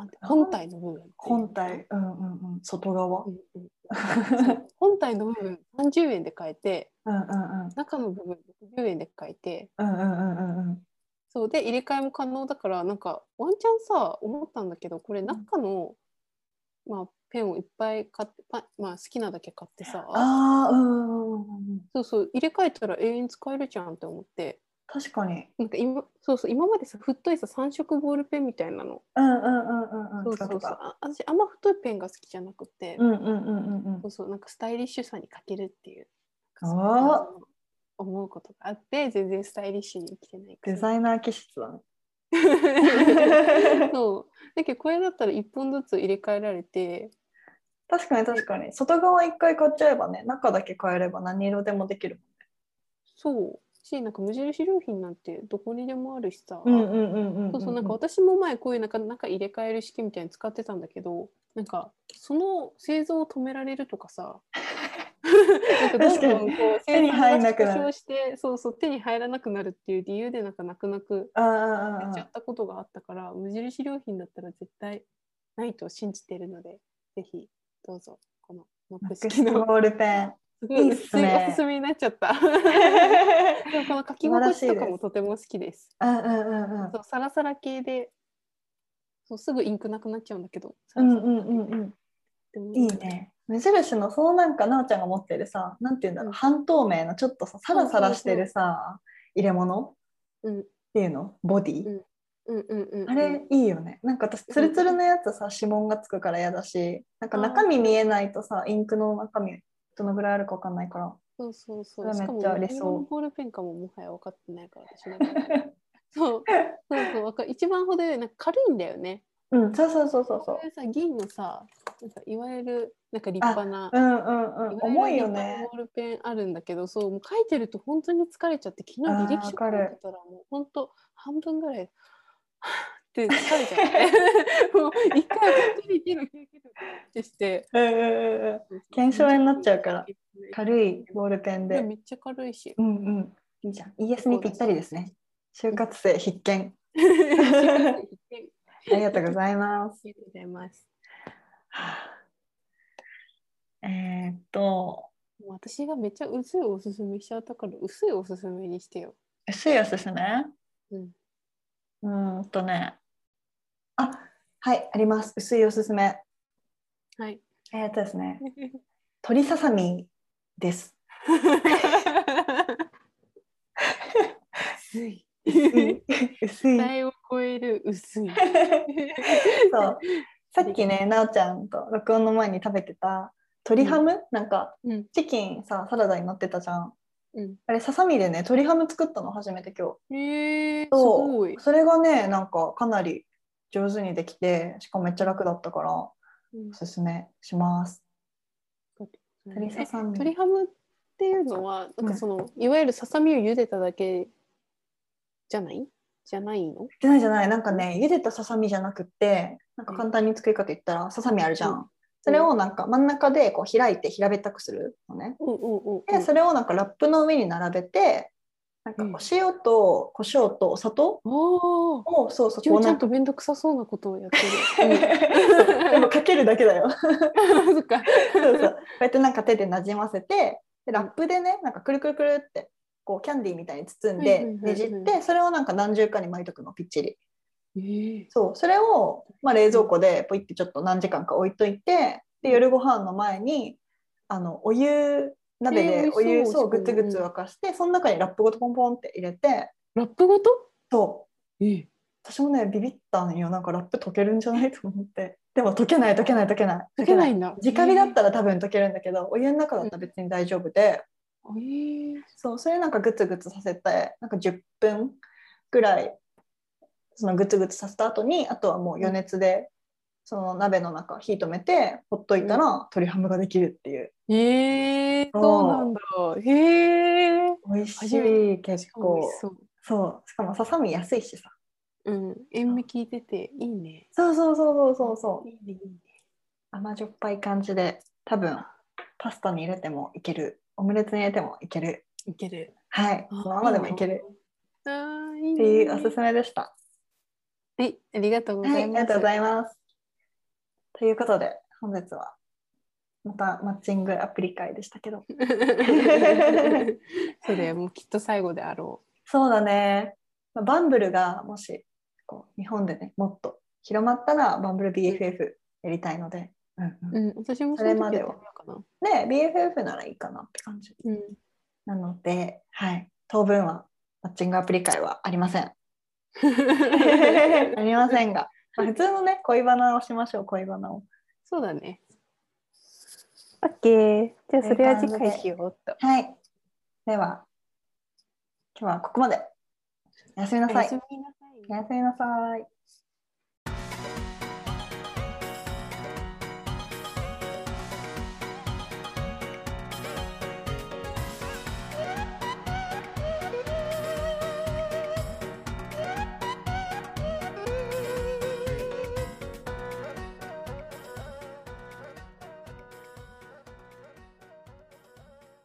Speaker 1: なんて本体の部分。
Speaker 2: 本。体、うんうんうん、外側。
Speaker 1: う
Speaker 2: うん
Speaker 1: んうんそう本体の部分30円で買えて
Speaker 2: うんうん
Speaker 1: 中の部分60円で買えて
Speaker 2: うんうんうんうんうん。
Speaker 1: そうで入れ替えも可能だからなんかワンチャンさ思ったんだけどこれ中の、まあ、ペンをいっぱい買って、パまあ、好きなだけ買ってさ
Speaker 2: ああ、うんうんうんうん。
Speaker 1: そうそう入れ替えたら永遠使えるじゃんって思って
Speaker 2: 確かに。
Speaker 1: なんか今そうそう今までさ太いさ3色ボールペンみたいなの
Speaker 2: うんうんうんうんう
Speaker 1: そ
Speaker 2: ん。
Speaker 1: うそうそう
Speaker 2: 使った
Speaker 1: あ私あんま太いペンが好きじゃなくて、
Speaker 2: うんうんうんうんうん
Speaker 1: そう。そうなんかスタイリッシュさに欠けるっていう
Speaker 2: あー
Speaker 1: なんかそういう思うことがあって全然スタイリッシュに生きてないく
Speaker 2: デ
Speaker 1: せに
Speaker 2: ザイナー気質 だね。
Speaker 1: そうだけどこれだったら1本ずつ入れ替えられて
Speaker 2: 確かに確かに。外側一回買っちゃえばね、中だけ変えれば何色でもできる。
Speaker 1: そうしなんか無印良品なんてどこにでもあるしさ、
Speaker 2: うんうんうん
Speaker 1: そうそうなんか私も前こういうなんかなんか入れ替える式みたいに使ってたんだけどなんかその製造を止められるとか さなんかどんどんこう
Speaker 2: 手に入らなくな
Speaker 1: 生
Speaker 2: る
Speaker 1: 産が縮小してそうそう手に入らなくなるっていう理由でなんか泣く泣く
Speaker 2: ああ
Speaker 1: や
Speaker 2: あ
Speaker 1: っちゃ
Speaker 2: あ
Speaker 1: ったことがあったから無印良品だったら絶対ないと信じてるのでぜひどうぞこのノッ
Speaker 2: マ
Speaker 1: ク
Speaker 2: ック
Speaker 1: 式
Speaker 2: スボ
Speaker 1: の
Speaker 2: ールペ ン。
Speaker 1: すごい
Speaker 2: いいっす
Speaker 1: 薄い
Speaker 2: ね
Speaker 1: おすすめになっちゃった でもこの書き心地とかもとても好きです
Speaker 2: うんうんうんうん
Speaker 1: そうサラサラ系でそうすぐインクなくなっちゃうんだけどサ
Speaker 2: う
Speaker 1: ラサラ
Speaker 2: んうんうんうん。いいね。無印のそのなんかなおちゃんが持ってるさ、なんていうんだろう、
Speaker 1: うん
Speaker 2: 半透明のちょっとさサラサラしてるさ、入れ物っ
Speaker 1: うん
Speaker 2: ていうの、ボディ。
Speaker 1: うんうんうんうんうん
Speaker 2: あれいいよね。なんか私ツルツルのやつさ指紋がつくから嫌だし、なんか中身見えないとさインクの中身どのぐらいあるかわかんない から。
Speaker 1: そうそうそ
Speaker 2: それ
Speaker 1: うしか
Speaker 2: めっ
Speaker 1: も
Speaker 2: ちゃありそ
Speaker 1: 何色
Speaker 2: う
Speaker 1: のボールペンかももはや分かってないから私なんか そうそうそうわか一番ほどよりなんか軽いんだよね
Speaker 2: うん、そうそうそうそう
Speaker 1: こ
Speaker 2: そう
Speaker 1: いうさ銀のさなんかいわゆるなんか立派な
Speaker 2: う。うんう
Speaker 1: わ
Speaker 2: んうん。
Speaker 1: ゆる
Speaker 2: 重いよ
Speaker 1: 立派な
Speaker 2: ね。
Speaker 1: ボールペンあるんだけどそうもう書いてると本当に疲れちゃって昨日履歴書書いてたら
Speaker 2: あーわかる
Speaker 1: もう本当半分ぐらいはぁって疲れちゃってもう一回本当に手の休憩とかってして
Speaker 2: うんうんうんうん。腱鞘炎になっちゃうから軽いボールペン
Speaker 1: で
Speaker 2: で。
Speaker 1: めっちゃ軽いし
Speaker 2: うんうん。いいじゃん。ES にぴったりですね。就活生必見。
Speaker 1: あ
Speaker 2: ありがとうございます。
Speaker 1: りがとうございます
Speaker 2: はあ えーっと、
Speaker 1: もう私がめっちゃ薄いおすすめしちゃったから薄いおすすめにしてよ、
Speaker 2: 薄いやつですね。
Speaker 1: うん、
Speaker 2: うーんとね。あ、はい、あります。薄いおすすめ。
Speaker 1: はい
Speaker 2: えーっとですね、鶏ささみ です。
Speaker 1: 薄い
Speaker 2: 薄い。
Speaker 1: 体を超える薄い
Speaker 2: そう。 さっきね、なおちゃんと録音の前に食べてた鶏ハム、なんか
Speaker 1: うん
Speaker 2: チキンさ、サラダに乗ってたじゃん。
Speaker 1: うん
Speaker 2: あれ、ささみでね、鶏ハム作ったの初めて今日。
Speaker 1: へえす
Speaker 2: そう
Speaker 1: ごい。
Speaker 2: それがね、なんかかなり上手にできて、しかもめっちゃ楽だったから、お
Speaker 1: うん
Speaker 2: すすめします。鶏さ
Speaker 1: え
Speaker 2: さみ。
Speaker 1: 鶏ハムっていうのはなん
Speaker 2: う
Speaker 1: か
Speaker 2: ん
Speaker 1: その、いわゆるささみを茹でただけじゃないじゃないの
Speaker 2: じゃないじゃない、なんかね、茹でたささみじゃなくって、なんか簡単に作り方言ったら、ささみあるじゃ。
Speaker 1: うん
Speaker 2: それをなんか真ん中でこう開いて平べったくするのね。
Speaker 1: うんうんうんうん
Speaker 2: で、それをなんかラップの上に並べて、なんか
Speaker 1: うん
Speaker 2: お塩と胡椒とお砂糖
Speaker 1: おー
Speaker 2: を、そうそう、
Speaker 1: ちゅ
Speaker 2: こう
Speaker 1: うち
Speaker 2: な
Speaker 1: ゃ
Speaker 2: ん
Speaker 1: ん
Speaker 2: か
Speaker 1: と。面倒くさそうなことをやってる。
Speaker 2: そうでもかけるだけ だよ。
Speaker 1: うんそっか。
Speaker 2: そうそう。こうやってなんか手でなじませて、でラップでね、なんかくるくるくるって、こうキャンディーみたいに包ん
Speaker 1: う
Speaker 2: で
Speaker 1: んうんうんうん
Speaker 2: ねじって、それをなんか何重かに巻いとくの、ぴっちり。
Speaker 1: ええ
Speaker 2: そう、それを、まあ、冷蔵庫でポイってちょっと何時間か置いといて、で夜ご飯の前にあのお湯鍋
Speaker 1: え
Speaker 2: で
Speaker 1: ー
Speaker 2: お
Speaker 1: 美
Speaker 2: 湯、
Speaker 1: 味しそう
Speaker 2: そうグツグツ沸かして、その中にラップごとポンポンって入れて、
Speaker 1: ラップごと？
Speaker 2: そう、
Speaker 1: ええ
Speaker 2: 私もねビビったんよ、なんかラップ溶けるんじゃないと思って、でも溶けない溶けない溶けない
Speaker 1: 溶けないんだ。
Speaker 2: 直火だったら多分溶けるんだけど、お湯の中だったら別に大丈夫で、
Speaker 1: ええ
Speaker 2: そう、それなんかグツグツさせて、なんか10分ぐらい、そのグツグツさせた後に、あとはもう余熱で、その鍋の中火止めて、ほっといたら鶏ハムができるっていう。
Speaker 1: ええそうなんだ。へえ。
Speaker 2: 美味し
Speaker 1: 初め
Speaker 2: い、結
Speaker 1: 美味
Speaker 2: 構
Speaker 1: し。そう。
Speaker 2: そう、しかもささみ安いしさ。
Speaker 1: うん。塩味効いてていいね。
Speaker 2: そうそうそうそうそうそう。
Speaker 1: いいねいいね。
Speaker 2: 甘じょっぱい感じで、多分パスタに入れてもいける、オムレツに入れてもいける。
Speaker 1: いける。
Speaker 2: はい、そのままでもいける。
Speaker 1: あーいい
Speaker 2: って
Speaker 1: ね
Speaker 2: いうおすすめでした。
Speaker 1: はい、ありがとうご
Speaker 2: は
Speaker 1: ざ
Speaker 2: い、あ
Speaker 1: い
Speaker 2: り
Speaker 1: ます。
Speaker 2: がとうございます。ということで、本日はまたマッチングアプリ会でしたけど。ます
Speaker 1: それもうきっと最後であろ
Speaker 2: そうだね。まあバンブルがもしこう日本でね、もっと広まったらバンブル BFF やりたいので。
Speaker 1: う。うん、私も
Speaker 2: それまで
Speaker 1: は
Speaker 2: は。ね、BFF ならいいかなって感じ。
Speaker 1: うん、
Speaker 2: なので、はい、当分はマッチングアプリ会はありま せん。ありませんが、まあ普通のね、恋バナをしましょう、恋バナを。
Speaker 1: そうだね。オッケー。じゃあそれは次回しようっと。
Speaker 2: はい。では、今日はここまで。おやすみな
Speaker 1: お
Speaker 2: さ
Speaker 1: や
Speaker 2: い
Speaker 1: す。みなさい
Speaker 2: お。やすみなさい。